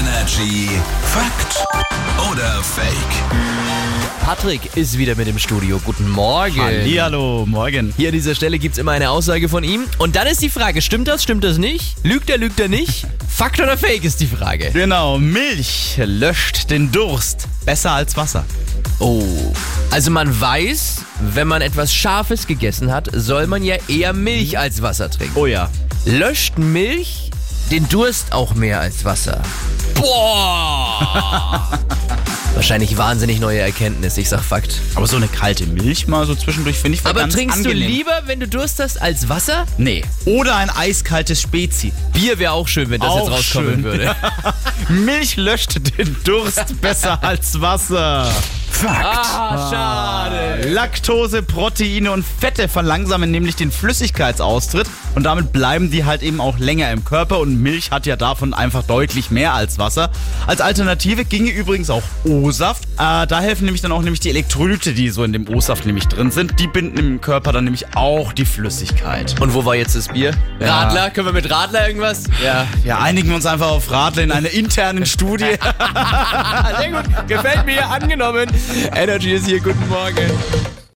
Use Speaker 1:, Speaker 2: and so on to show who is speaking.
Speaker 1: Energy Fakt oder Fake?
Speaker 2: Patrick ist wieder mit im Studio. Guten Morgen.
Speaker 3: Hallihallo, morgen.
Speaker 2: Hier an dieser Stelle gibt es immer eine Aussage von ihm. Und dann ist die Frage, stimmt das, stimmt das nicht? Lügt er, lügt er nicht? Fakt oder Fake ist die Frage.
Speaker 3: Genau, Milch löscht den Durst besser als Wasser.
Speaker 2: Oh. Also man weiß, wenn man etwas Scharfes gegessen hat, soll man ja eher Milch als Wasser trinken.
Speaker 3: Oh ja.
Speaker 2: Löscht Milch den Durst auch mehr als Wasser? Boah! Wahrscheinlich wahnsinnig neue Erkenntnis, ich sag Fakt.
Speaker 3: Aber so eine kalte Milch mal so zwischendurch finde ich voll
Speaker 2: Aber
Speaker 3: ganz
Speaker 2: trinkst
Speaker 3: angenehm.
Speaker 2: du lieber, wenn du Durst hast, als Wasser?
Speaker 3: Nee. Oder ein eiskaltes Spezi.
Speaker 2: Bier wäre auch schön, wenn das
Speaker 3: Auch
Speaker 2: jetzt rauskommen
Speaker 3: schön.
Speaker 2: würde.
Speaker 3: Milch löscht den Durst besser als Wasser.
Speaker 1: Fakt.
Speaker 2: Ah, schade.
Speaker 3: Laktose, Proteine und Fette verlangsamen nämlich den Flüssigkeitsaustritt und damit bleiben die halt eben auch länger im Körper und Milch hat ja davon einfach deutlich mehr als Wasser. Als Alternative ginge übrigens auch O-Saft. Äh, da helfen nämlich dann auch nämlich die Elektrolyte, die so in dem O-Saft nämlich drin sind. Die binden im Körper dann nämlich auch die Flüssigkeit.
Speaker 2: Und wo war jetzt das Bier?
Speaker 3: Ja.
Speaker 2: Radler? Können wir mit Radler irgendwas? Ja.
Speaker 3: Ja, einigen wir uns einfach auf Radler in einer internen Studie.
Speaker 2: Sehr gut. Gefällt mir. Angenommen. Energy ist hier. Guten Morgen.